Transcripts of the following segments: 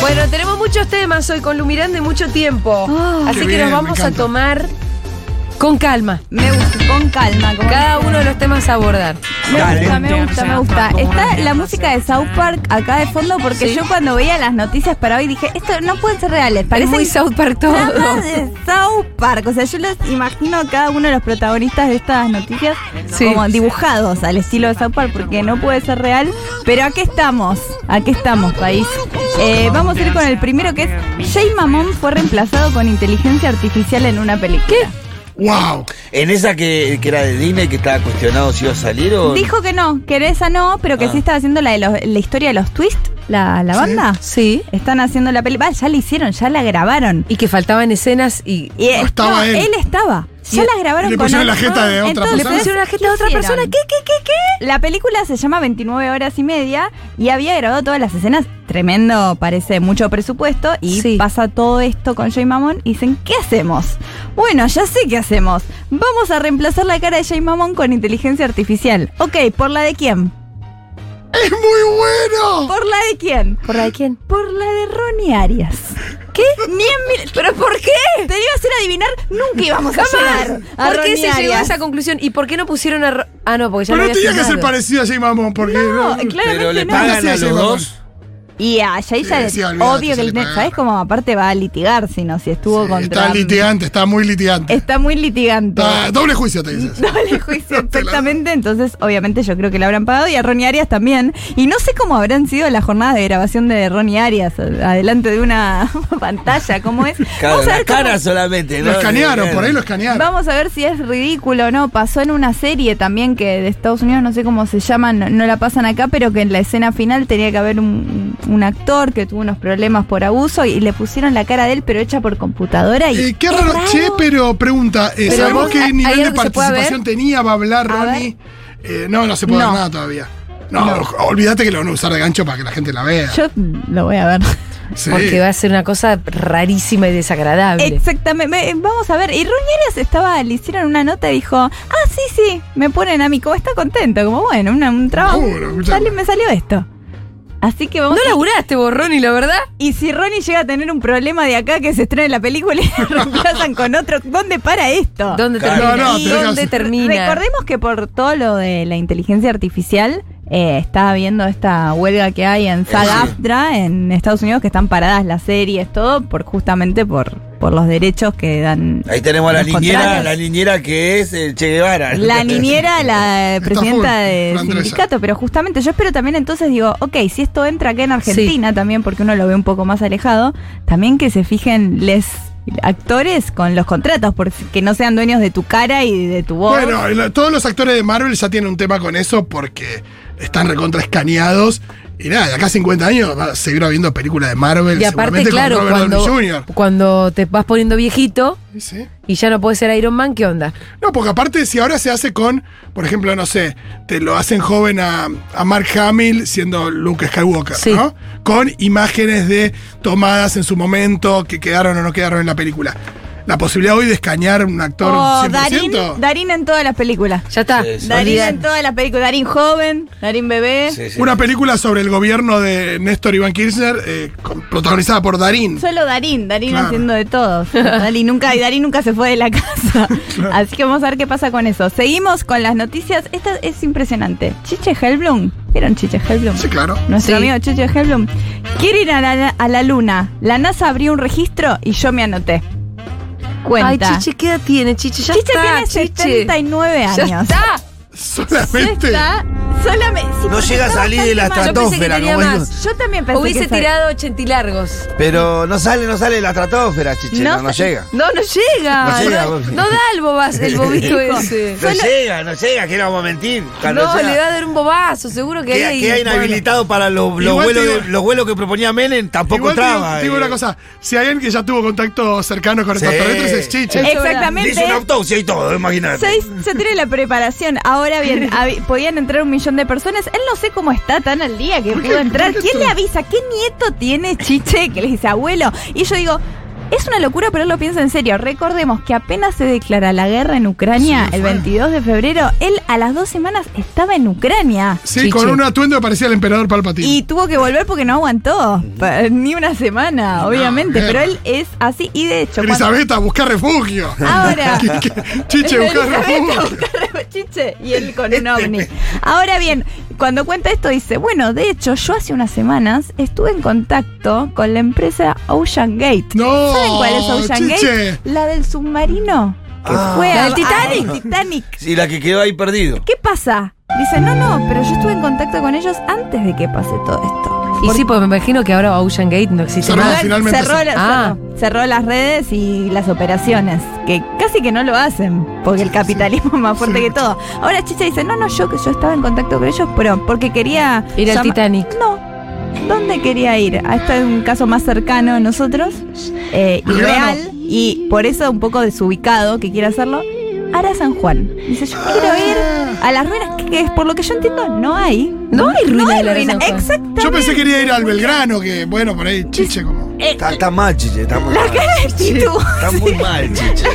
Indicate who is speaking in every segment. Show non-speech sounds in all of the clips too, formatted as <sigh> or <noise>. Speaker 1: Bueno, tenemos muchos temas hoy con Lumiranda y mucho tiempo.
Speaker 2: Ah.
Speaker 1: así que
Speaker 3: Qué bien,
Speaker 1: nos
Speaker 3: me
Speaker 1: vamos a
Speaker 3: encanta.
Speaker 1: tomar con calma.
Speaker 2: Me gusta, con calma. como
Speaker 1: Cada
Speaker 2: dice.
Speaker 1: uno de los temas a abordar.
Speaker 2: Me
Speaker 3: Dale.
Speaker 2: gusta, me gusta, me gusta. Está la música de South Park acá de fondo porque
Speaker 1: Sí.
Speaker 2: yo cuando veía las noticias para hoy dije, esto no pueden ser reales.
Speaker 1: Parece muy
Speaker 2: Parecen
Speaker 1: South Park todo.
Speaker 2: tramas de South Park. O sea, yo los imagino a cada uno de los protagonistas de estas noticias
Speaker 1: Sí.
Speaker 2: como dibujados al estilo de South Park porque no puede ser real. Pero aquí estamos, aquí estamos, país. Eh, vamos a ir con el primero que es Jay Mamón fue reemplazado con inteligencia artificial en una película.
Speaker 3: ¡Wow!
Speaker 4: En esa que, que era de Disney, que estaba cuestionado si iba a salir o.
Speaker 2: Dijo que no, que esa no, pero que
Speaker 4: Ah.
Speaker 2: sí estaba haciendo la, de los- la historia de los twist, la, la banda.
Speaker 1: Sí.
Speaker 2: Están haciendo la peli. Va, ya la hicieron, ya la grabaron.
Speaker 1: Y que faltaban escenas y.
Speaker 2: Y eh,
Speaker 3: estaba él.
Speaker 2: estaba. Ya
Speaker 1: Y-
Speaker 2: la grabaron
Speaker 3: y le
Speaker 2: con
Speaker 3: pusieron la
Speaker 2: otro-
Speaker 3: jeta de otra
Speaker 2: Entonces,
Speaker 3: persona. Le
Speaker 1: pusieron la jeta de otra
Speaker 2: hicieron?
Speaker 1: persona. ¿Qué,
Speaker 2: La película se llama 29 horas y media y había grabado todas las escenas. Tremendo, parece mucho presupuesto. Y
Speaker 1: Sí.
Speaker 2: pasa todo esto con Jay Mamón y dicen, ¿qué hacemos? Bueno, ya sé qué hacemos. Vamos a reemplazar la cara de Jay Mamón con inteligencia artificial. Ok, ¿por la de quién?
Speaker 3: ¡Es muy bueno!
Speaker 2: ¿Por la de quién?
Speaker 1: ¿Por la de quién?
Speaker 2: Por la de Ronnie Arias. ¿Qué? Ni en mil- ¿Pero por qué? Te iba a hacer adivinar, nunca íbamos a llegar a
Speaker 1: ¿Por qué
Speaker 2: Ronnie
Speaker 1: se llegó a
Speaker 2: Arias.
Speaker 1: esa conclusión? ¿Y por qué no pusieron a. Ro- Ah, no, porque ya
Speaker 3: Pero
Speaker 1: lo
Speaker 3: no
Speaker 1: había
Speaker 3: tenía que ser
Speaker 1: firmado.
Speaker 3: parecido a Jay Mamón, porque.
Speaker 2: No,
Speaker 3: no-
Speaker 4: Pero
Speaker 2: claramente
Speaker 4: le
Speaker 2: no.
Speaker 4: pagan
Speaker 3: No
Speaker 4: a
Speaker 3: sé,
Speaker 4: los
Speaker 3: mamá.
Speaker 4: dos.
Speaker 2: Y a Jay ya
Speaker 3: Sí, sí, olvídate,
Speaker 2: obvio que
Speaker 3: se le
Speaker 2: el net,
Speaker 3: pagaron.
Speaker 2: ¿sabes cómo? Aparte va a litigar, si no, si estuvo contra...
Speaker 3: Está litigante, está muy litigante.
Speaker 2: Está muy litigante. <laughs>
Speaker 3: Está- doble juicio <laughs> te dices.
Speaker 2: Doble juicio, exactamente. Entonces, obviamente, yo creo que le habrán pagado y a Ronnie Arias también. Y no sé cómo habrán sido las jornadas de grabación de Ronnie Arias adelante de una <laughs> pantalla, ¿cómo es?
Speaker 4: Claro, la
Speaker 2: cómo-
Speaker 4: cara solamente.
Speaker 3: Lo
Speaker 4: ¿no?
Speaker 3: escanearon, por ahí lo <laughs> escanearon.
Speaker 2: Vamos a ver si es ridículo o no. Pasó en una serie también que de Estados Unidos, no sé cómo se llama, no, no la pasan acá, pero que en la escena final tenía que haber un, un actor que tuvo unos problemas por abuso y le pusieron la cara de él, pero hecha por computadora. Y
Speaker 3: Eh, qué
Speaker 2: es
Speaker 3: raro,
Speaker 2: raro.
Speaker 3: che, pero pregunta, eh,
Speaker 1: Pero
Speaker 3: ¿sabemos
Speaker 1: vos-
Speaker 3: qué
Speaker 1: ¿hay
Speaker 3: nivel de
Speaker 1: algo que se pueda
Speaker 3: participación tenía? ¿Va a hablar
Speaker 2: A
Speaker 3: Ronnie? Eh, no, no se puede
Speaker 2: No.
Speaker 3: ver nada todavía. No, olvídate que lo van a usar de gancho para que la gente la vea.
Speaker 2: Yo lo voy a ver.
Speaker 3: Sí.
Speaker 1: Porque va a ser una cosa rarísima y desagradable.
Speaker 2: Exactamente. Me- Vamos a ver. Y Ronnie Arias estaba, le hicieron una nota y dijo, ah, sí, sí, me ponen a mí, como está contento, como bueno, una- un trabajo.
Speaker 3: Laburo, escuchá.
Speaker 2: Sale- me salió esto. Así que vamos
Speaker 1: no
Speaker 2: a-
Speaker 1: laburaste, borrón, y la verdad.
Speaker 2: Y si Ronnie llega a tener un problema de acá que se estrene la película y <laughs> lo reemplazan con otro, ¿dónde para esto?
Speaker 1: ¿Dónde
Speaker 4: Claro.
Speaker 1: termina?
Speaker 3: No, no,
Speaker 1: ¿Y
Speaker 3: tenés
Speaker 1: ¿Dónde
Speaker 3: razón.
Speaker 1: termina?
Speaker 2: Recordemos que por todo lo de la inteligencia artificial eh, está habiendo esta huelga que hay en SAG AFTRA en Estados Unidos que están paradas las series, todo por justamente por, por los derechos que dan.
Speaker 4: Ahí tenemos a la
Speaker 2: los
Speaker 4: niñera,
Speaker 2: contrarios.
Speaker 4: la niñera que es el Che Guevara.
Speaker 3: <laughs>
Speaker 2: La niñera, la eh,
Speaker 3: Está
Speaker 2: presidenta
Speaker 3: full,
Speaker 2: del
Speaker 3: Flandresa.
Speaker 2: sindicato, pero justamente yo espero también entonces digo, ok, si esto entra acá en Argentina también, porque uno lo ve un poco más alejado, también que se fijen les actores con los contratos, porque que no sean dueños de tu cara y de tu voz.
Speaker 3: Bueno, el- todos los actores de Marvel ya tienen un tema con eso porque están recontra escaneados. Y nada, de acá a 50 años va a seguir habiendo películas de Marvel.
Speaker 1: Y aparte,
Speaker 3: seguramente
Speaker 1: claro,
Speaker 3: con Robert
Speaker 1: cuando,
Speaker 3: Downey Jr.
Speaker 1: cuando te vas poniendo viejito
Speaker 3: Sí.
Speaker 1: y ya no puedes ser Iron Man, ¿qué onda?
Speaker 3: No, porque aparte, si ahora se hace con, por ejemplo, no sé, te lo hacen joven a, a Mark Hamill siendo Luke Skywalker,
Speaker 1: Sí.
Speaker 3: ¿no? Con imágenes de tomadas en su momento que quedaron o no quedaron en la película. La posibilidad hoy de escanear un actor
Speaker 1: Oh,
Speaker 2: O
Speaker 3: 100%.
Speaker 2: Darín, Darín en todas las películas.
Speaker 1: Ya está.
Speaker 4: Sí, sí.
Speaker 2: Darín
Speaker 1: olvidate.
Speaker 2: en todas las películas. Darín joven, Darín bebé.
Speaker 4: <laughs> Sí, sí.
Speaker 3: Una película sobre el gobierno de Néstor Iván Kirchner, eh, con- protagonizada por Darín.
Speaker 2: Solo Darín, Darín
Speaker 3: Claro.
Speaker 2: haciendo de
Speaker 4: <laughs>
Speaker 2: todo. Darín nunca, Darín nunca se fue de la casa. Así que vamos a ver qué pasa con eso. Seguimos con las noticias. Esta es impresionante. Chiche Helblum, ¿vieron Chiche Helblum?
Speaker 3: Sí, claro.
Speaker 2: Nuestro
Speaker 1: Sí.
Speaker 2: amigo Chiche Helblum quiere ir a la, a la luna. La NASA abrió un registro y yo me anoté. Cuenta.
Speaker 1: Ay, Chiche, ¿qué edad tiene, Chiche? Ya
Speaker 2: Chiche
Speaker 1: está,
Speaker 2: tiene
Speaker 1: Chiche.
Speaker 2: 79 años.
Speaker 1: Ya está.
Speaker 3: Solamente.
Speaker 2: Está solamente. sí,
Speaker 4: No
Speaker 2: porque
Speaker 4: llega a
Speaker 2: está
Speaker 4: salir de la
Speaker 2: bastante mal.
Speaker 1: Yo pensé que
Speaker 4: estratosfera,
Speaker 1: tenía
Speaker 4: como
Speaker 1: más.
Speaker 4: digo.
Speaker 2: Yo también pensé
Speaker 1: Hubiese
Speaker 2: que sal-
Speaker 1: tirado 80 y largos.
Speaker 4: Pero no sale, no sale de la estratosfera, chiche. No, no
Speaker 2: sa-
Speaker 4: llega.
Speaker 1: No, no llega.
Speaker 4: No llega,
Speaker 1: no,
Speaker 4: Bobby.
Speaker 1: no da el bobazo, el bobito ese.
Speaker 4: No llega, no llega, que no vamos a mentir. Cuando
Speaker 1: No,
Speaker 4: llega-
Speaker 1: le va a dar un bobazo, seguro que
Speaker 4: que,
Speaker 1: ahí.
Speaker 4: que hay inhabilitado para los, los
Speaker 3: Igual
Speaker 4: vuelos,
Speaker 3: te digo-
Speaker 4: de- los vuelos que proponía Menem, tampoco
Speaker 3: Igual te digo-
Speaker 4: traba.
Speaker 3: te digo
Speaker 4: eh.
Speaker 3: una cosa, si hay alguien que ya tuvo contacto cercano con
Speaker 4: Sí.
Speaker 3: extraterrestres es Chiche.
Speaker 1: Eh,
Speaker 4: Le
Speaker 2: Exactamente.
Speaker 4: hizo una autopsia y todo, imagínate.
Speaker 2: Seis, ya tiene la preparación. Ahora bien,
Speaker 3: <laughs>
Speaker 2: hab- podían entrar un millón de personas. Él no sé cómo está tan al día que pudo entrar. ¿Quién le avisa? ¿Qué nieto tiene Chiche que le dice abuelo? Y yo digo, Es una locura, pero él lo piensa en serio. Recordemos que apenas se declara la guerra en Ucrania,
Speaker 3: Sí,
Speaker 2: el
Speaker 3: fue.
Speaker 2: 22 de febrero, él a las dos semanas estaba en Ucrania.
Speaker 3: Sí,
Speaker 2: Chiche.
Speaker 3: con un atuendo que parecía el emperador Palpatine.
Speaker 2: Y tuvo que volver porque no aguantó pa- ni una semana,
Speaker 3: No,
Speaker 2: obviamente.
Speaker 3: bien.
Speaker 2: pero él es así y de hecho.
Speaker 3: <laughs>
Speaker 2: cuando-
Speaker 3: Elizabeth, a buscar refugio. <laughs>
Speaker 2: Ahora.
Speaker 3: Chiche, buscar
Speaker 2: Elizabeth a
Speaker 3: refugio.
Speaker 2: buscar chiche, y él con
Speaker 3: Este.
Speaker 2: un ovni. Ahora bien, cuando cuenta esto dice, bueno, de hecho, yo hace unas semanas estuve en contacto con la empresa Ocean Gate.
Speaker 3: No.
Speaker 2: ¿Saben cuál es Ocean
Speaker 3: Chiche. Ah.
Speaker 2: Gate? La del submarino. Que fue
Speaker 1: La
Speaker 2: al-
Speaker 1: del Titanic.
Speaker 3: <laughs>
Speaker 2: al Titanic.
Speaker 4: Sí, la que quedó ahí perdido.
Speaker 2: ¿Qué pasa? Dice, no, no, pero yo estuve en contacto con ellos antes de que pase todo esto.
Speaker 1: Y sí, porque me imagino que ahora Ocean Gate no existe
Speaker 3: Cerró,
Speaker 1: más.
Speaker 2: Igual
Speaker 3: finalmente
Speaker 2: cerró,
Speaker 3: se-
Speaker 2: la-
Speaker 1: Ah.
Speaker 2: cerró. Cerró las redes y las operaciones, que casi que no lo hacen, porque el capitalismo es más fuerte
Speaker 3: Sí.
Speaker 2: que todo. Ahora Chicha dice, no, no, yo que yo estaba en contacto con ellos, pero porque quería...
Speaker 1: Ir al
Speaker 2: llama-
Speaker 1: Titanic.
Speaker 2: No. ¿Dónde quería ir? Ah, Esto es un caso más cercano a nosotros, eh, y
Speaker 3: Belgrano.
Speaker 2: real, y por eso un poco desubicado que quiere hacerlo. Ara San Juan. Dice, yo quiero
Speaker 3: Ah.
Speaker 2: ir a las ruinas, que- que es por lo que yo entiendo, no hay.
Speaker 1: No hay ruinas
Speaker 2: No hay
Speaker 1: de la Ara
Speaker 2: ruinas,
Speaker 1: San Juan.
Speaker 2: exactamente.
Speaker 3: Yo pensé que quería ir al Belgrano, que bueno, por ahí chiche como.
Speaker 4: Está, está mal, Chiche, está muy mal.
Speaker 2: Y tú-
Speaker 4: Está muy mal, Chiche.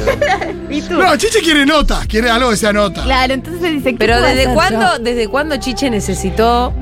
Speaker 3: No, chiche quiere notas, quiere algo que sea nota.
Speaker 2: Claro, entonces dice ¿qué
Speaker 1: Pero
Speaker 2: puedo
Speaker 1: ¿desde
Speaker 2: hacer
Speaker 1: cuándo, ¿desde cuándo Chiche necesitó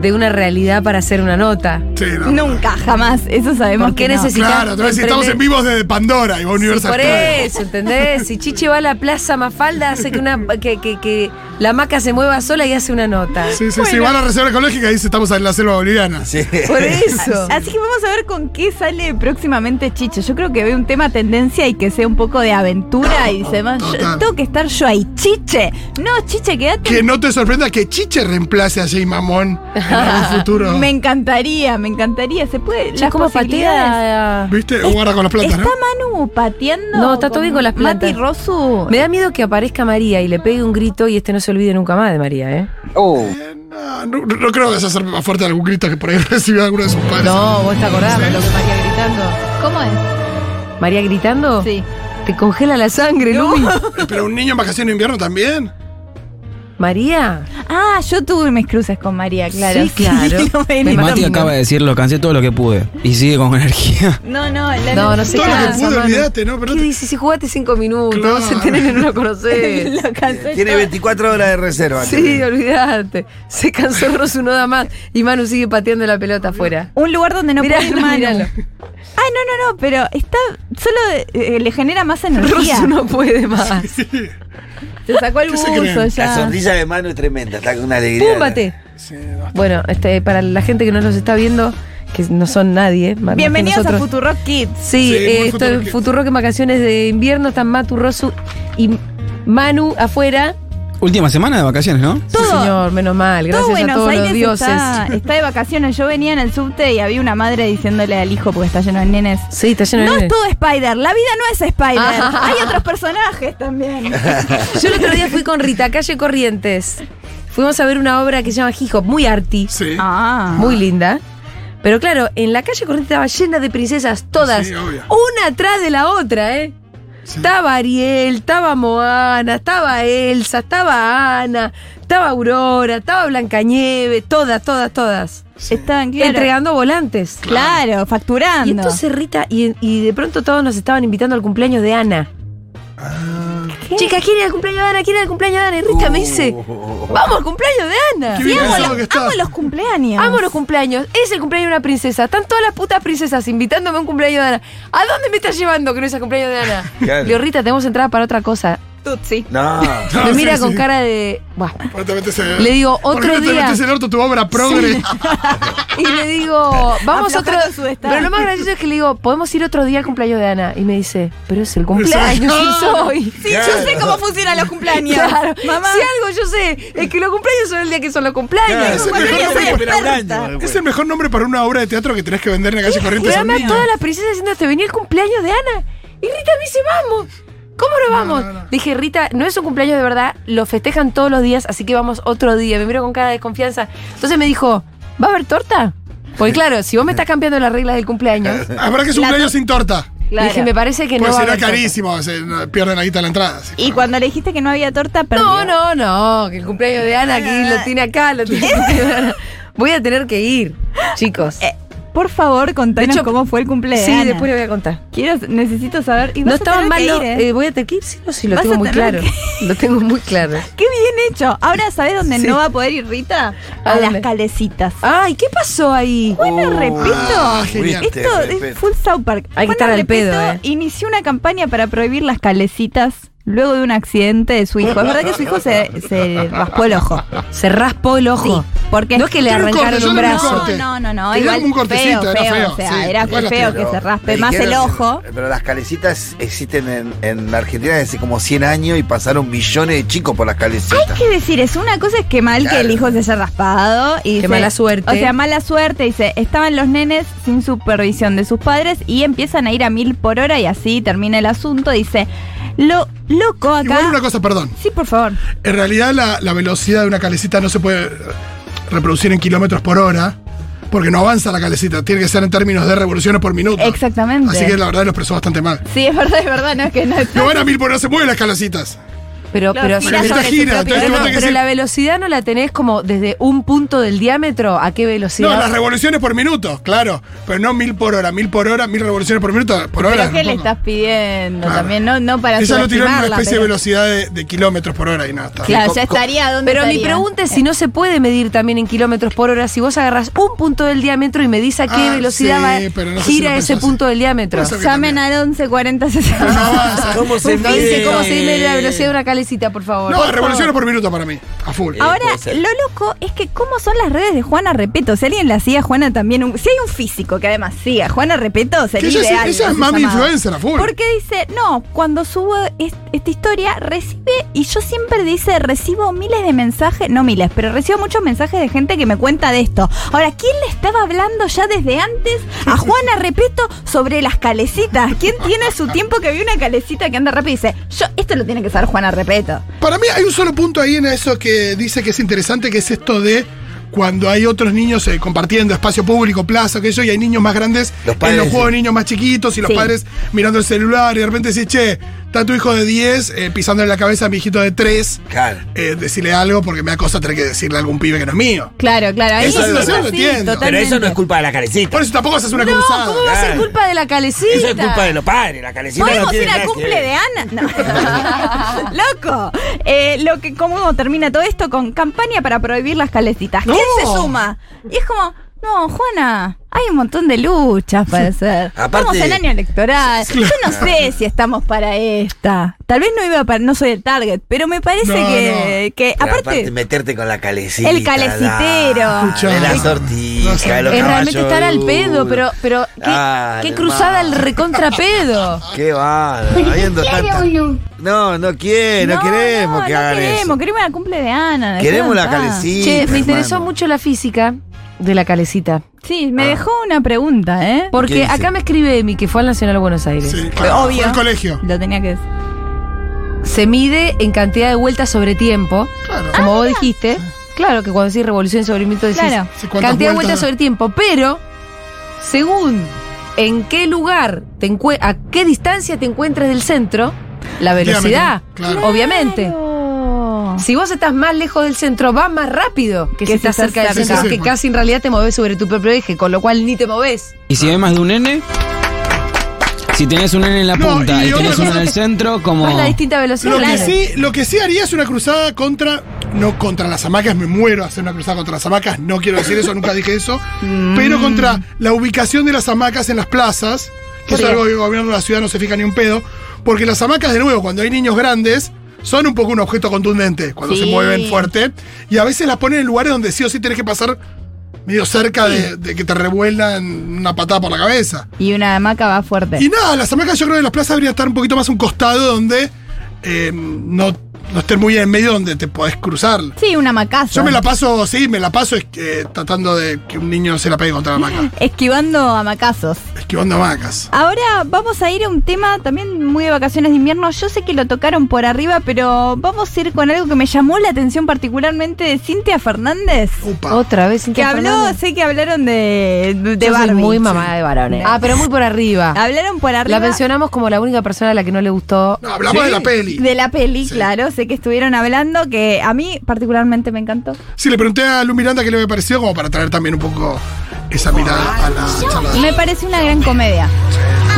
Speaker 1: de una realidad para hacer una nota?
Speaker 3: Sí,
Speaker 2: yo?
Speaker 3: no.
Speaker 2: Nunca, jamás. Eso sabemos.
Speaker 1: ¿Por qué
Speaker 2: que no.
Speaker 1: necesitas?
Speaker 3: Claro, te voy a decir, estamos en vivos desde Pandora y va
Speaker 1: Sí,
Speaker 3: Universal.
Speaker 1: por
Speaker 3: Studios.
Speaker 1: eso, ¿entendés? Si Chiche va a la plaza Mafalda, hace que, una, que, que- que la maca se mueva sola y hace una nota.
Speaker 3: Sí, sí, sí, van a la reserva ecológica y dice, estamos en la selva boliviana.
Speaker 4: Sí.
Speaker 1: Por eso.
Speaker 2: Así que vamos a ver con qué sale próximamente Chicho. Yo creo que ve un tema tendencia y que sea un poco de aventura y dice, "Man, yo-
Speaker 3: Total.
Speaker 2: tengo que estar yo ahí. Chiche, no, Chiche, quédate.
Speaker 3: Que no te sorprenda que Chiche reemplace a Jay Mamón en
Speaker 1: <laughs>
Speaker 3: algún futuro.
Speaker 2: Me encantaría, me encantaría. Se puede.
Speaker 1: Che,
Speaker 2: las
Speaker 1: ¿cómo
Speaker 2: posibilidades.
Speaker 1: patea?
Speaker 3: ¿Viste? O guarda con las plantas,
Speaker 2: ¿Está
Speaker 3: ¿no?
Speaker 2: Manu pateando?
Speaker 1: No, está todo bien con las plantas.
Speaker 2: Mati Rosu.
Speaker 1: Me da miedo que aparezca María y le pegue un grito y este no se olvide nunca más de María, ¿eh?
Speaker 4: Oh,
Speaker 3: Eh, No, no, no creo que se hacer más fuerte de algún grito que por ahí <laughs> recibió alguno de sus padres.
Speaker 1: No, vos te acordás lo que María gritando.
Speaker 2: ¿Cómo es?
Speaker 1: ¿María gritando?
Speaker 2: Sí.
Speaker 1: Te congela la sangre, Lumi.
Speaker 3: Pero un niño en vacaciones de invierno también.
Speaker 1: María.
Speaker 2: Ah, yo tuve mis cruces con María, claro.
Speaker 1: Sí,
Speaker 2: <laughs>
Speaker 1: claro.
Speaker 2: No, me-
Speaker 1: Me
Speaker 5: Mati
Speaker 1: Mati
Speaker 5: acaba de decir, lo cansé todo lo que pude. Y sigue con <laughs> energía.
Speaker 2: no, no, la
Speaker 1: No, no sé
Speaker 3: Todo
Speaker 1: qué
Speaker 3: lo que pude,
Speaker 1: Manu.
Speaker 3: olvídate, ¿no? Pero
Speaker 1: ¿Qué
Speaker 3: no te-
Speaker 1: dices? Si jugaste cinco minutos,
Speaker 3: Claro.
Speaker 1: se <laughs> tenés que no lo conocés.
Speaker 2: <laughs> Lo cansé
Speaker 4: tiene
Speaker 2: yo.
Speaker 4: 24 horas de reserva.
Speaker 1: Sí, olvidate. Se cansó Rosu nada más y Manu sigue pateando la pelota afuera.
Speaker 2: Un lugar donde no
Speaker 1: Miralo,
Speaker 2: puede ir Manu.
Speaker 1: miralo.
Speaker 2: Ah, no, no, no, pero está. Solo eh, le genera más energía.
Speaker 1: Rosu no puede más.
Speaker 2: Se sacó el
Speaker 3: ¿Qué se
Speaker 2: buzo
Speaker 3: creen?
Speaker 4: La
Speaker 2: ya.
Speaker 4: sonrisa de mano es tremenda, está con una alegría.
Speaker 1: ¡Púmbate!
Speaker 3: Sí, no.
Speaker 1: Bueno, este, para la gente que no los está viendo, que no son nadie. más que
Speaker 2: Bienvenidos a
Speaker 1: nosotros.
Speaker 2: Futurock Kids.
Speaker 1: Sí,
Speaker 3: Sí,
Speaker 1: eh,
Speaker 3: muy
Speaker 1: esto es
Speaker 3: Futurock.
Speaker 1: Futurock en vacaciones de invierno. Están Matu, Rosu y Manu afuera.
Speaker 5: Última semana de vacaciones, ¿no?
Speaker 1: Sí,
Speaker 2: Todo-
Speaker 1: señor, menos mal. Gracias
Speaker 2: Todo
Speaker 1: a
Speaker 2: Buenos
Speaker 1: todos
Speaker 2: Aires
Speaker 1: los dioses. <laughs>
Speaker 2: Está, está de vacaciones. Yo venía en el subte y había una madre diciéndole al hijo porque está lleno de nenes.
Speaker 1: Sí, está lleno de
Speaker 2: No es
Speaker 1: nenes.
Speaker 2: todo Spider, la vida no es Spider.
Speaker 1: Ah.
Speaker 2: Hay otros personajes también.
Speaker 1: Yo el otro día fui con Rita, calle Corrientes. Fuimos a ver una obra que se llama Hip Hop, muy arty.
Speaker 3: Sí.
Speaker 2: Ah.
Speaker 1: muy linda. Pero claro, en la calle Corrientes estaba llena de princesas, todas,
Speaker 3: Sí, obvio.
Speaker 1: una atrás de la otra, ¿eh?
Speaker 3: Sí.
Speaker 1: Estaba Ariel, estaba Moana, estaba Elsa, estaba Ana, estaba Aurora, estaba Blancanieve, todas, todas, todas.
Speaker 2: Estaban claro.
Speaker 1: Entregando volantes.
Speaker 2: Claro, facturando.
Speaker 1: Y entonces Rita, y, y de pronto todos nos estaban invitando al cumpleaños de Ana.
Speaker 2: ¿Qué?
Speaker 1: Chicas, ¿quién era el cumpleaños de Ana? ¿Quién era el cumpleaños de Ana? Y Rita me dice,
Speaker 4: Uh.
Speaker 1: vamos al cumpleaños de Ana.
Speaker 3: Qué
Speaker 2: Sí,
Speaker 3: bien
Speaker 2: amo,
Speaker 3: pensado
Speaker 2: los-
Speaker 3: que estás.
Speaker 2: amo los cumpleaños.
Speaker 1: Amo los cumpleaños. Es el cumpleaños de una princesa. Están todas las putas princesas invitándome a un cumpleaños de Ana. ¿A dónde me estás llevando que no es el cumpleaños de Ana?
Speaker 4: Claro.
Speaker 1: Leo Rita, tenemos entrada para otra cosa.
Speaker 2: Tutsi.
Speaker 4: No.
Speaker 3: <laughs> No,
Speaker 1: Me
Speaker 3: sí,
Speaker 1: mira con
Speaker 3: sí.
Speaker 1: cara de. Buah.
Speaker 3: Por qué te metes en-
Speaker 1: Le digo,
Speaker 3: ¿por qué
Speaker 1: otro
Speaker 3: no te
Speaker 1: día.
Speaker 3: metes en el orto tu obra progre.
Speaker 1: <laughs> Y le digo, vamos otro.
Speaker 2: Aflojando su destar.
Speaker 1: Pero lo más gracioso es que le digo, podemos ir otro día al cumpleaños de Ana. Y me dice, pero es el cumpleaños, <laughs> sí soy.
Speaker 2: Sí, yo sé cómo funcionan los cumpleaños.
Speaker 1: Claro,
Speaker 2: <laughs> Mamá.
Speaker 1: si algo yo sé, es que los cumpleaños son el día que son los
Speaker 4: Claro,
Speaker 1: cumpleaños.
Speaker 4: es
Speaker 3: el
Speaker 2: Bueno,
Speaker 3: mejor
Speaker 2: yo soy
Speaker 3: nombre
Speaker 4: Espera un
Speaker 2: experta.
Speaker 4: año,
Speaker 3: Es el mejor nombre para una obra de teatro que tenés que vender en la calle
Speaker 1: Y
Speaker 3: Corrientes.
Speaker 1: además todas las princesas diciéndote, venía el cumpleaños de Ana. Y Rita me dice, vamos. ¿Cómo no vamos?
Speaker 3: no, no.
Speaker 1: Dije, Rita, no es un cumpleaños de verdad, lo festejan todos los días, así que vamos otro día. Me miro con cara de desconfianza. Entonces me dijo, ¿va a haber torta? Porque claro, si vos me estás cambiando las reglas del
Speaker 3: <laughs>
Speaker 1: cumpleaños.
Speaker 3: Habrá que es un cumpleaños sin torta.
Speaker 2: Claro.
Speaker 1: Dije, me parece que
Speaker 3: Pues
Speaker 1: no va a
Speaker 3: será
Speaker 1: haber torta".
Speaker 3: carísimo, se- no, pierden la guita a la entrada. sí.
Speaker 2: Y cuando le dijiste que no había torta, perdió.
Speaker 1: No, no, no, que el
Speaker 3: <laughs>
Speaker 1: cumpleaños de Ana aquí lo tiene acá, lo tiene. Voy a tener que ir, chicos.
Speaker 2: por favor, contanos
Speaker 1: De hecho,
Speaker 2: cómo fue el cumpleaños.
Speaker 1: Sí, después le voy a contar.
Speaker 2: Quiero, necesito saber. y
Speaker 1: No
Speaker 2: vas a
Speaker 1: estaba
Speaker 2: tener
Speaker 1: mal,
Speaker 2: que
Speaker 1: no,
Speaker 2: ir, ¿eh?
Speaker 1: eh, voy a tener que ir, sí, no, sí, lo
Speaker 2: Vas
Speaker 1: tengo
Speaker 2: a
Speaker 1: muy
Speaker 2: tener
Speaker 1: claro.
Speaker 2: que-
Speaker 1: Lo tengo muy claro.
Speaker 2: Qué bien hecho. Ahora, ¿sabes dónde
Speaker 1: Sí.
Speaker 2: no va a poder ir Rita?
Speaker 1: ¿A
Speaker 2: A,
Speaker 1: dónde?
Speaker 2: las calecitas.
Speaker 1: Ay, ¿qué pasó ahí?
Speaker 4: Uh,
Speaker 2: Bueno,
Speaker 4: Oh,
Speaker 2: repito.
Speaker 3: Ah, genial.
Speaker 4: Viste,
Speaker 2: Esto
Speaker 4: repito.
Speaker 2: es full South Park.
Speaker 1: Hay que
Speaker 2: Bueno,
Speaker 1: estar al
Speaker 2: repito,
Speaker 1: pedo, eh.
Speaker 2: Inició una campaña para prohibir las calecitas luego de un accidente de su hijo. Es verdad que su hijo se, se raspó el ojo.
Speaker 1: Se raspó el ojo.
Speaker 2: Porque
Speaker 1: No es que le
Speaker 3: Tiene un
Speaker 1: arrancaron
Speaker 3: corte,
Speaker 1: un
Speaker 3: yo le vi un
Speaker 1: brazo.
Speaker 3: corte.
Speaker 2: No, no, no.
Speaker 3: Tenía
Speaker 2: Igual
Speaker 3: como un cortecito,
Speaker 2: feo,
Speaker 3: era
Speaker 2: feo,
Speaker 3: feo,
Speaker 2: O sea,
Speaker 3: sí.
Speaker 2: era
Speaker 3: Igual
Speaker 2: feo
Speaker 3: las
Speaker 2: que
Speaker 3: tiene.
Speaker 2: se raspe
Speaker 4: Me
Speaker 2: más el
Speaker 4: dijeron-
Speaker 2: ojo.
Speaker 4: Pero las calecitas existen en, en la Argentina desde como 100 años y pasaron millones de chicos por las calecitas.
Speaker 2: ¿Qué decir? Es una cosa es que mal que el hijo se haya raspado. Y dice-
Speaker 1: mala suerte.
Speaker 2: O sea, mala suerte. Dice, estaban los nenes sin supervisión de sus padres y empiezan a ir a mil por hora y así termina el asunto. Dice, lo loco acá.
Speaker 3: Igual una cosa, perdón.
Speaker 2: Sí, por favor.
Speaker 3: En realidad la, la velocidad de una calecita no se puede reproducir en kilómetros por hora, porque no avanza la calecita, tiene que ser en términos de revoluciones por minuto.
Speaker 2: Exactamente.
Speaker 3: Así que la verdad lo expresó bastante mal.
Speaker 2: Sí, es verdad, es verdad, no es que no
Speaker 3: No van a mil por hora, se mueven las calecitas.
Speaker 1: Pero,
Speaker 2: Lo
Speaker 1: pero,
Speaker 2: gira
Speaker 1: pero-
Speaker 2: sobre su
Speaker 3: gira,
Speaker 2: propio
Speaker 3: entonces
Speaker 1: pero
Speaker 3: vos
Speaker 1: no,
Speaker 2: eje.
Speaker 3: tenés que
Speaker 1: pero
Speaker 3: decir-
Speaker 1: la velocidad no la tenés como desde un punto del diámetro a qué
Speaker 3: No,
Speaker 1: velocidad.
Speaker 3: las revoluciones por minuto, claro. Pero no mil por hora, mil por hora, mil revoluciones por minuto, por hora.
Speaker 2: Pero ¿qué le
Speaker 3: tampoco.
Speaker 2: estás pidiendo
Speaker 3: Claro.
Speaker 2: también? No, no para
Speaker 3: Ella lo tiró en una
Speaker 2: subestimarla,
Speaker 3: especie
Speaker 2: pero-
Speaker 3: de velocidad de, de kilómetros por hora y nada. está.
Speaker 2: Claro,
Speaker 4: Co-
Speaker 2: ya
Speaker 4: co-
Speaker 2: estaría donde
Speaker 1: Pero mi pregunta es si no se puede medir también en kilómetros por hora, si vos agarrás un punto del diámetro y me dice a qué
Speaker 3: Ah,
Speaker 1: velocidad
Speaker 3: sí,
Speaker 1: va-
Speaker 3: pero no sé si
Speaker 1: gira
Speaker 3: lo pensó
Speaker 1: ese
Speaker 3: así.
Speaker 1: punto del diámetro.
Speaker 3: Puede ser que
Speaker 2: Llamen
Speaker 3: también.
Speaker 2: al 11 40 60. <laughs>
Speaker 3: No avanza.
Speaker 4: ¿Cómo se
Speaker 1: Un
Speaker 4: mide?
Speaker 1: pince, ¿cómo se mide la velocidad de una calecita, por favor?
Speaker 3: No,
Speaker 1: Por
Speaker 3: revoluciones
Speaker 1: favor.
Speaker 3: por minuto para mí, a full.
Speaker 2: Ahora,
Speaker 4: Eh, puede ser.
Speaker 2: lo loco es que cómo son las redes de Juana Repeto. Si alguien la hacía Juana también, un- si hay un físico que además siga Juana Repeto,
Speaker 3: Que
Speaker 2: sería
Speaker 3: ella, es-
Speaker 2: ideal.
Speaker 3: ella es
Speaker 2: ese llamado.
Speaker 3: mami influencer, a full.
Speaker 2: Porque dice, no, cuando subo es- esta historia, recibe, y yo siempre dice, recibo miles de mensajes, no miles, pero recibo muchos mensajes de gente que me cuenta de esto. Ahora, ¿quién le estaba hablando ya desde antes a Juana Repeto sobre las calecitas? ¿Quién tiene su tiempo que vio una calecita que anda rápido y dice, yo, esto lo tiene que saber Juana Repeto?
Speaker 3: Para mí hay un solo punto ahí en eso que dice que es interesante, que es esto de cuando hay otros niños eh, compartiendo espacio público, plaza, aquello, y hay niños más grandes
Speaker 4: Los
Speaker 3: en
Speaker 4: padres,
Speaker 3: los juegos de
Speaker 4: sí.
Speaker 3: niños más chiquitos y los
Speaker 2: Sí.
Speaker 3: padres mirando el celular y de repente decís, che, está tu hijo de 10 eh, pisándole la cabeza a mi hijito de 3,
Speaker 4: Claro.
Speaker 3: decirle algo porque me da cosa tener que decirle a algún pibe que no es mío.
Speaker 2: Claro, claro.
Speaker 3: Esa
Speaker 2: es
Speaker 3: situación
Speaker 2: así,
Speaker 3: lo entiendo. Pero
Speaker 4: Pero eso no es
Speaker 2: totalmente.
Speaker 4: culpa de la calecita.
Speaker 3: Por eso tampoco haces una
Speaker 1: No,
Speaker 3: cruzada.
Speaker 1: ¿cómo va a ser
Speaker 4: Claro.
Speaker 1: culpa de la calecita?
Speaker 4: Eso es culpa de los padres. La calecita no
Speaker 2: ¿Podemos
Speaker 4: tiene
Speaker 2: ir al
Speaker 4: nada que
Speaker 2: cumple
Speaker 4: ver.
Speaker 2: de Ana? No. <laughs> Loco. Eh, lo que, ¿Cómo termina todo esto? Con campaña para prohibir las calecitas. ¿Quién se suma? Y es como, no, Juana, hay un montón de luchas para hacer.
Speaker 4: Aparte-
Speaker 2: Estamos en año electoral. Yo no sé si estamos para esta. Tal vez no iba para, no soy el target, pero me parece
Speaker 3: No,
Speaker 2: que, que
Speaker 4: Pero
Speaker 2: aparte,
Speaker 4: meterte con la calecita.
Speaker 2: El calecitero.
Speaker 4: dale,
Speaker 3: Escuchá.
Speaker 4: la
Speaker 3: Ah,
Speaker 4: sortija, los Ah,
Speaker 1: Es realmente
Speaker 4: caballos
Speaker 1: estar al
Speaker 4: duros.
Speaker 1: pedo, pero, pero qué,
Speaker 4: Dale,
Speaker 1: qué cruzada el
Speaker 4: hermano. <laughs>
Speaker 1: recontrapedo.
Speaker 4: Qué va, habiendo tanta. No, no quiere, Eh, no, queremos
Speaker 2: no,
Speaker 4: que
Speaker 2: no
Speaker 4: hagan
Speaker 2: queremos,
Speaker 4: eso.
Speaker 2: queremos la cumple de Ana.
Speaker 4: Queremos la
Speaker 2: dejá en paz.
Speaker 4: calecita.
Speaker 1: che, me interesó
Speaker 4: hermano.
Speaker 1: mucho la física de la calecita.
Speaker 2: Sí,
Speaker 4: Ah.
Speaker 2: me dejó una pregunta, ¿eh?
Speaker 4: ¿Qué
Speaker 1: Porque
Speaker 4: dice?
Speaker 1: acá me escribe Emi, que fue al Nacional de Buenos Aires.
Speaker 3: Sí, claro,
Speaker 2: Obvio.
Speaker 3: fue al colegio.
Speaker 2: Lo tenía que decir.
Speaker 1: Se mide en cantidad de vueltas sobre tiempo.
Speaker 3: Claro.
Speaker 1: Como vos dijiste. Claro que cuando decís revolución sobre minuto decís
Speaker 2: Claro.
Speaker 3: Sí, ¿cuántas
Speaker 1: cantidad de vueltas
Speaker 3: vueltas?
Speaker 1: sobre tiempo. Pero, según en qué lugar, te encue- a qué distancia te encuentres del centro, la velocidad,
Speaker 3: Diámetro, claro.
Speaker 1: obviamente. Si vos estás más lejos del centro, vas más rápido que,
Speaker 2: Que
Speaker 1: si
Speaker 2: si
Speaker 1: estás
Speaker 2: estás
Speaker 1: cerca del
Speaker 3: cerca.
Speaker 1: centro,
Speaker 3: Sí, sí, sí.
Speaker 1: que casi en realidad te moves sobre tu propio eje, con lo cual ni te moves.
Speaker 5: ¿Y si ves más de un nene? Si tenés un nene en la
Speaker 3: No,
Speaker 5: punta
Speaker 3: y
Speaker 5: y,
Speaker 3: otra
Speaker 5: tenés
Speaker 3: cosa
Speaker 5: uno en el
Speaker 3: que-
Speaker 5: centro, como.
Speaker 1: Vas a la distinta velocidad.
Speaker 3: Lo que,
Speaker 1: Claro.
Speaker 3: sí, lo que sí haría es una cruzada contra. No contra las hamacas, me muero a hacer una cruzada contra las hamacas, no quiero decir eso, nunca dije eso. Pero contra la ubicación de las hamacas en las plazas, que es
Speaker 1: Sí.
Speaker 3: algo que el gobierno de la ciudad no se fija ni un pedo. Porque las hamacas, de nuevo, cuando hay niños grandes, son un poco un objeto contundente cuando se
Speaker 2: Sí.
Speaker 3: mueven fuerte. Y a veces las ponen en lugares donde sí o sí tenés que pasar medio cerca de, de que te revuelan una patada por la cabeza.
Speaker 2: Y una hamaca va fuerte.
Speaker 3: Y nada, las hamacas yo creo que las plazas deberían estar un poquito más a un costado donde eh, no, no estén muy en medio donde te podés cruzar.
Speaker 2: Sí, una hamacaza.
Speaker 3: Yo me la paso, sí, me la paso eh, tratando de que un niño se la pegue contra la hamaca,
Speaker 2: Esquivando hamacazos.
Speaker 3: esquivando hamacas.
Speaker 2: Ahora vamos a ir a un tema también muy de vacaciones de invierno. Yo sé que lo tocaron por arriba, pero vamos a ir con algo que me llamó la atención particularmente de Cintia Fernández.
Speaker 3: Upa.
Speaker 1: Otra vez
Speaker 2: Que
Speaker 1: Cintia
Speaker 2: habló,
Speaker 1: Fernández.
Speaker 2: sé que hablaron de, de
Speaker 1: Yo soy
Speaker 2: Barbie.
Speaker 1: muy mamá de varones. Ah, pero muy por arriba.
Speaker 2: Hablaron por <laughs> arriba.
Speaker 1: La mencionamos como la única persona a la que no le gustó.
Speaker 3: No, hablamos de la peli.
Speaker 2: De la peli,
Speaker 3: Sí.
Speaker 2: claro, sé que estuvieron hablando, que a mí particularmente me encantó.
Speaker 3: Sí, le pregunté a Lu Miranda qué le había parecido, como para traer también un poco esa
Speaker 1: ah,
Speaker 3: mirada a la charla.
Speaker 2: Me parece una gran comedia.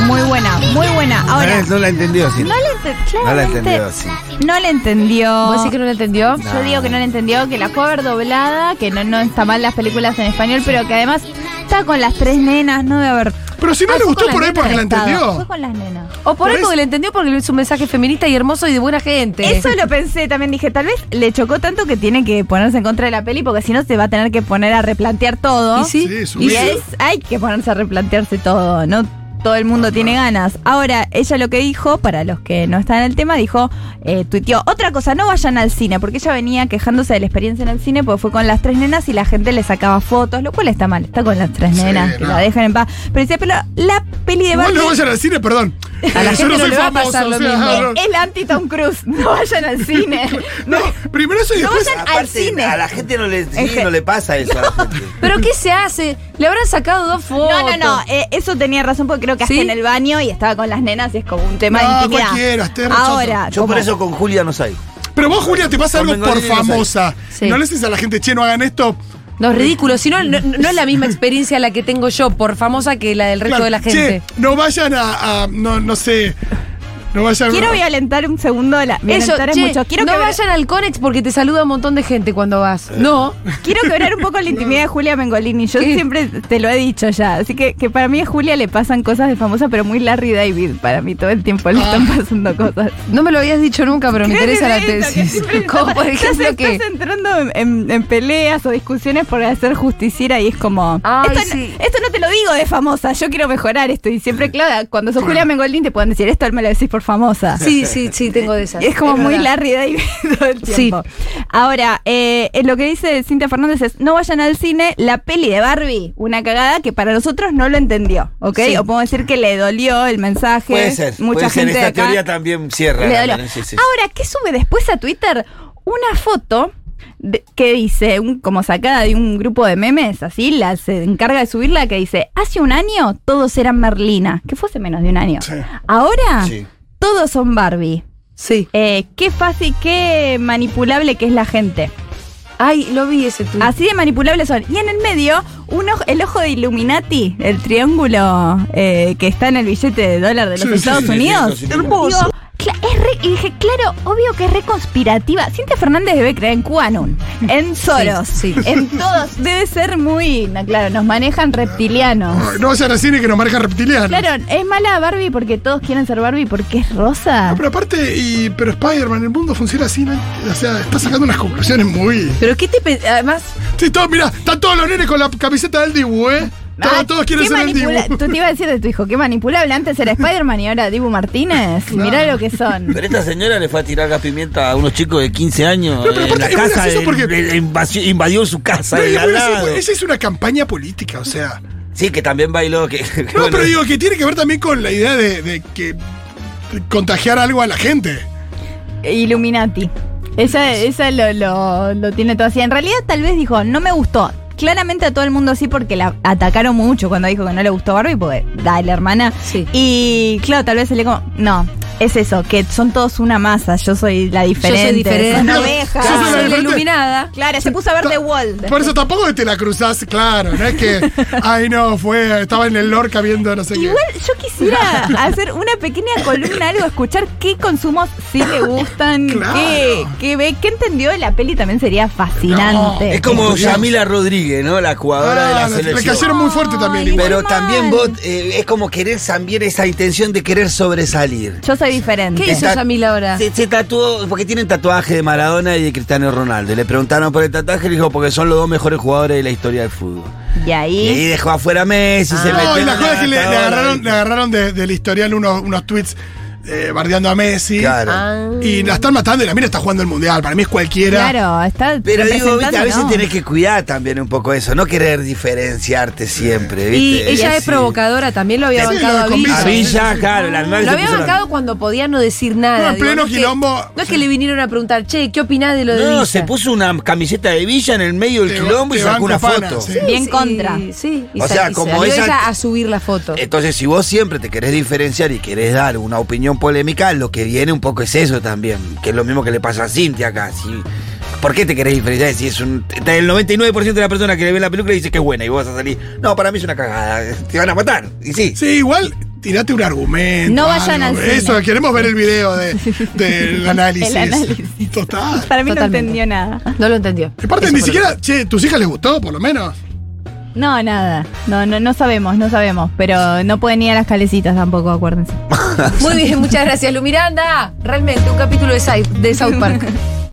Speaker 2: Muy buena, muy buena. Ahora,
Speaker 4: Eh, no la entendió así.
Speaker 2: no la, ente-
Speaker 4: No la
Speaker 2: claramente
Speaker 4: entendió así.
Speaker 2: No la entendió.
Speaker 1: ¿Vos decís que no la entendió?
Speaker 2: Yo digo que no la entendió, que la cover doblada, que no, no está mal las películas en español, pero que además está con las tres nenas, no debe haber.
Speaker 3: Pero si no
Speaker 1: Ah,
Speaker 3: le
Speaker 1: fue
Speaker 3: gustó
Speaker 1: con la
Speaker 3: por ahí
Speaker 1: nena
Speaker 3: porque la
Speaker 2: estado.
Speaker 3: entendió.
Speaker 2: Fue con las nenas.
Speaker 1: O por
Speaker 3: Pero
Speaker 1: algo
Speaker 3: es-
Speaker 1: que la entendió porque es un mensaje feminista y hermoso y de buena
Speaker 3: Eh.
Speaker 1: gente.
Speaker 2: Eso lo pensé, también dije, tal vez le chocó tanto que tiene que ponerse en contra de la peli, porque si no se va a tener que poner a replantear todo.
Speaker 1: ¿Y sí?
Speaker 3: Sí, su
Speaker 2: Y
Speaker 3: vida.
Speaker 2: es, hay que ponerse a replantearse todo, no todo el mundo tiene ganas. Ahora, ella lo que dijo, para los que no están en el tema, dijo, eh, tuiteó, otra cosa, no vayan al cine, porque ella venía quejándose de la experiencia en el cine, porque fue con las tres nenas y la gente le sacaba fotos, lo cual está mal, está con las tres
Speaker 3: Sí,
Speaker 2: nenas, que
Speaker 3: no.
Speaker 2: la dejan en paz. Pero dice, pero la peli de
Speaker 3: Igual
Speaker 2: Barbie
Speaker 3: no vayan al cine, perdón. <laughs>
Speaker 1: A la
Speaker 3: Eh,
Speaker 1: gente no le va a pasar lo mismo.
Speaker 3: no,
Speaker 2: es la anti-Tom Cruise, no vayan al cine.
Speaker 3: <laughs> no, primero eso y
Speaker 2: No
Speaker 3: después.
Speaker 2: vayan al cine.
Speaker 4: a la gente no le, sí,
Speaker 2: Es que-
Speaker 4: no le pasa eso a la gente.
Speaker 1: ¿Pero qué se hace? Le habrán sacado dos fotos.
Speaker 2: <laughs> No, no, no, eh, eso tenía razón porque creo que hasta
Speaker 1: ¿Sí?
Speaker 2: en el baño y estaba con las nenas y es como un tema
Speaker 3: No,
Speaker 2: de intimidad.
Speaker 3: cualquiera, esté rechoto.
Speaker 2: Ahora,
Speaker 4: Yo por
Speaker 2: como-
Speaker 4: eso con Julia no soy.
Speaker 3: Pero vos, Julia, te pasa
Speaker 4: Con
Speaker 3: algo por
Speaker 4: Mengolini no sé.
Speaker 3: famosa.
Speaker 1: Sí.
Speaker 3: No le dices a la gente, che, no hagan esto.
Speaker 1: No, es ridículo. Si no, no, no es la misma experiencia la que tengo yo, por famosa que la del resto
Speaker 3: Claro,
Speaker 1: de la gente.
Speaker 3: Che, no vayan a, a- no, no sé. No vayan
Speaker 2: Quiero violentar un segundo. La,
Speaker 1: Eso,
Speaker 2: violentar es
Speaker 1: che,
Speaker 2: mucho. Quiero,
Speaker 1: no
Speaker 2: quebrar,
Speaker 1: vayan al Conex porque te saluda un montón de gente cuando vas. No.
Speaker 2: quiero quebrar
Speaker 1: <laughs>
Speaker 2: un poco la intimidad de Julia Mengolini. Yo
Speaker 1: ¿Qué?
Speaker 2: siempre te lo he dicho ya. Así que, que para mí a Julia le pasan cosas de famosa, pero muy Larry David. Para mí todo el tiempo
Speaker 3: Ah.
Speaker 2: le están pasando cosas.
Speaker 1: No me lo habías dicho nunca, pero me
Speaker 2: Creo que
Speaker 1: interesa la
Speaker 2: es eso, que
Speaker 1: tesis. <laughs>
Speaker 2: siempre le
Speaker 1: Como
Speaker 2: pasa- <laughs>
Speaker 1: por
Speaker 2: estás-
Speaker 1: ejemplo que.
Speaker 2: Estás entrando en, en- en peleas o discusiones por hacer justiciera y es como.
Speaker 1: Ay,
Speaker 2: esto,
Speaker 1: sí.
Speaker 2: no, esto no te lo digo de famosa, yo quiero mejorar esto. Y siempre, claro, cuando sos Julia Mengolini te pueden decir esto, me lo decís por famosa.
Speaker 1: Sí, sí, sí, tengo de esas.
Speaker 2: Y es como muy
Speaker 1: verdad.
Speaker 2: Larry David <laughs> todo el
Speaker 1: Sí.
Speaker 2: tiempo. Ahora, eh, eh, lo que dice Cintia Fernández es, no vayan al cine, la peli de Barbie, una cagada que para nosotros no lo entendió, ¿ok?
Speaker 1: Sí.
Speaker 2: O podemos decir que le dolió el mensaje.
Speaker 4: Puede ser.
Speaker 2: Mucha
Speaker 4: puede
Speaker 2: gente
Speaker 4: ser. Esta
Speaker 2: de acá
Speaker 4: teoría también cierra.
Speaker 2: le
Speaker 4: la
Speaker 2: dolió.
Speaker 4: mano, sí, sí.
Speaker 2: Ahora, ¿qué sube después a Twitter? Una foto de- que dice, un- como sacada de un grupo de memes, así, la, se encarga de subirla, que dice, hace un año todos eran Merlina, que fue hace menos de un año.
Speaker 3: Sí.
Speaker 2: Ahora
Speaker 4: Sí.
Speaker 2: todos son Barbie.
Speaker 1: Sí.
Speaker 2: Eh, qué fácil, qué manipulable que es la gente.
Speaker 1: Ay, lo vi ese tuit.
Speaker 2: Así de manipulables son. Y en el medio, un ojo- el ojo de Illuminati, el triángulo eh, que está en el billete de dólar de los
Speaker 3: Sí, sí,
Speaker 2: Estados
Speaker 3: sí,
Speaker 2: Unidos.
Speaker 4: sí, sí, sí.
Speaker 2: Hermoso. y dije, claro, obvio que es re conspirativa. Cintia Fernández debe creer en QAnon, en
Speaker 1: <laughs>
Speaker 2: Soros,
Speaker 1: sí.
Speaker 2: en todos. Debe ser muy. no, claro, nos manejan reptilianos.
Speaker 3: No vayan al cine que nos maneja reptiliano.
Speaker 2: Claro, es mala Barbie porque todos quieren ser Barbie porque es rosa.
Speaker 3: No, pero aparte, y, pero Spider-Man, el mundo funciona así, ¿no? O sea, está sacando unas conclusiones muy.
Speaker 1: Pero qué te. pe- Además,
Speaker 3: Sí, todo, mira, están todos los nenes con la camiseta del Dibu, ¿eh? Todos,
Speaker 2: Ah,
Speaker 3: todos quieren
Speaker 2: qué
Speaker 3: ser el Dibu.
Speaker 2: manipula- Tú
Speaker 3: <laughs>
Speaker 2: te iba a decir de tu hijo, qué manipulable. Antes era Spider-Man y ahora Dibu Martínez. Mirá lo que son.
Speaker 4: Pero esta señora le fue a tirar gas pimienta a unos chicos de 15 años.
Speaker 3: No, pero
Speaker 4: eh, en la
Speaker 3: aparte, vos
Speaker 4: casa
Speaker 3: decís eso
Speaker 4: del-
Speaker 3: porque-
Speaker 4: del- invasi- invadió su casa.
Speaker 3: No, y
Speaker 4: del
Speaker 3: después
Speaker 4: al
Speaker 3: esa-
Speaker 4: lado.
Speaker 3: esa es una campaña política, o sea.
Speaker 4: Sí, que también bailó. Que, que <laughs>
Speaker 3: No,
Speaker 4: bueno,
Speaker 3: pero digo que tiene que ver también con la idea de, de que de contagiar algo a la gente.
Speaker 2: Illuminati. Esa, esa lo, lo- lo tiene todo así. En realidad, tal vez dijo, no me gustó. Claramente a todo el mundo así porque la atacaron mucho cuando dijo que no le gustó Barbie, porque dale, hermana.
Speaker 1: Sí.
Speaker 2: Y claro, tal vez se le como, no, es eso, que son todos una masa, yo soy la diferente.
Speaker 1: yo soy diferente.
Speaker 2: son
Speaker 3: Claro,
Speaker 2: ovejas.
Speaker 3: yo
Speaker 1: Yo
Speaker 3: soy
Speaker 1: soy la
Speaker 3: diferente.
Speaker 1: iluminada.
Speaker 2: Claro, se puso a ver The Wall.
Speaker 3: Por eso tampoco te la cruzás, claro. No es
Speaker 2: <laughs>
Speaker 3: que, ay, no, fue, estaba en el Lorca viendo no sé qué.
Speaker 2: Igual yo quisiera hacer una pequeña columna, algo, escuchar qué consumos sí le gustan,
Speaker 3: Claro.
Speaker 2: qué, qué ve, qué entendió de la peli también sería fascinante.
Speaker 4: es como Yamila Rodríguez, ¿no? La jugadora de
Speaker 3: Ah,
Speaker 4: la
Speaker 3: le- le
Speaker 4: selección.
Speaker 3: cayeron muy fuerte también.
Speaker 2: Ay,
Speaker 3: Igual.
Speaker 4: Pero
Speaker 2: Muy mal.
Speaker 4: también vos, eh, es como querer también esa intención de querer sobresalir.
Speaker 2: Yo soy diferente.
Speaker 1: ¿Qué hizo
Speaker 4: Está-
Speaker 1: Yamila ahora?
Speaker 4: Se, se tatuó, porque tienen tatuaje de Maradona y de Cristiano Ronaldo. Le preguntaron por el tatuaje y dijo, porque son los dos mejores jugadores de la historia del fútbol.
Speaker 2: Y Ah.
Speaker 4: Y ahí
Speaker 2: ahí.
Speaker 4: dejó afuera a Messi, se metió
Speaker 3: No, y
Speaker 4: en
Speaker 3: la cosa es que le, le
Speaker 4: tabla.
Speaker 3: agarraron, le agarraron de- del historial unos, unos tweets eh, bardeando a Messi.
Speaker 4: Claro.
Speaker 1: Ah.
Speaker 3: Y la están matando y la mira está jugando el mundial. Para mí es cualquiera.
Speaker 2: Claro, está.
Speaker 4: Pero digo, viste, a
Speaker 2: representando,
Speaker 4: veces
Speaker 2: ¿no?
Speaker 4: tenés que cuidar también un poco eso, no querer diferenciarte siempre,
Speaker 1: Y
Speaker 4: ¿viste?
Speaker 1: ella es
Speaker 4: Sí.
Speaker 1: provocadora también, lo había
Speaker 3: Sí,
Speaker 1: bancado
Speaker 3: lo
Speaker 1: a
Speaker 3: de
Speaker 1: Villa.
Speaker 4: A
Speaker 3: Sí, sí,
Speaker 4: Villa,
Speaker 3: sí.
Speaker 4: claro, la
Speaker 1: Lo había bancado cuando podía no decir nada.
Speaker 3: No, en pleno
Speaker 1: es que-
Speaker 3: quilombo.
Speaker 1: no es que le vinieron a preguntar, che, ¿qué opinás de lo de Villa?
Speaker 4: No, se puso una camiseta de Villa en el medio del
Speaker 3: Te-
Speaker 4: quilombo y
Speaker 3: te
Speaker 4: sacó
Speaker 3: banco,
Speaker 4: una
Speaker 3: pana,
Speaker 4: foto.
Speaker 3: sí.
Speaker 2: Bien
Speaker 1: Sí,
Speaker 2: contra.
Speaker 1: Sí, y
Speaker 4: O
Speaker 1: sa-
Speaker 4: sea,
Speaker 1: y
Speaker 4: como
Speaker 1: salió
Speaker 4: ella- Eh.
Speaker 1: ella a subir la foto.
Speaker 4: Entonces, si vos siempre te querés diferenciar y querés dar una opinión polémica, lo que viene un poco es eso también, que es lo mismo que le pasa a Cintia acá. Si ¿Por qué te querés diferenciar si es un. El 99% de la persona que le ve la película dice que es buena y vos vas a salir. No, para mí es una cagada. Te van a matar. Y sí.
Speaker 3: Sí, igual, tirate un argumento.
Speaker 2: No vayan al cine.
Speaker 3: Eso, queremos ver el video de- del análisis.
Speaker 2: <laughs> El análisis. <laughs>
Speaker 3: Total.
Speaker 2: Para mí
Speaker 1: Totalmente.
Speaker 2: no entendió nada.
Speaker 1: No lo
Speaker 4: <laughs>
Speaker 1: entendió.
Speaker 3: Aparte,
Speaker 1: Eso
Speaker 3: ni
Speaker 1: fue lo
Speaker 3: siquiera, che, ¿tus hijas les gustó, por lo menos?
Speaker 2: No, nada. No, no, no sabemos, no sabemos. Pero no pueden ir a las calecitas tampoco, acuérdense.
Speaker 1: que- Muy bien, muchas gracias, Lu Miranda. Realmente, un capítulo de Sai- de South Park.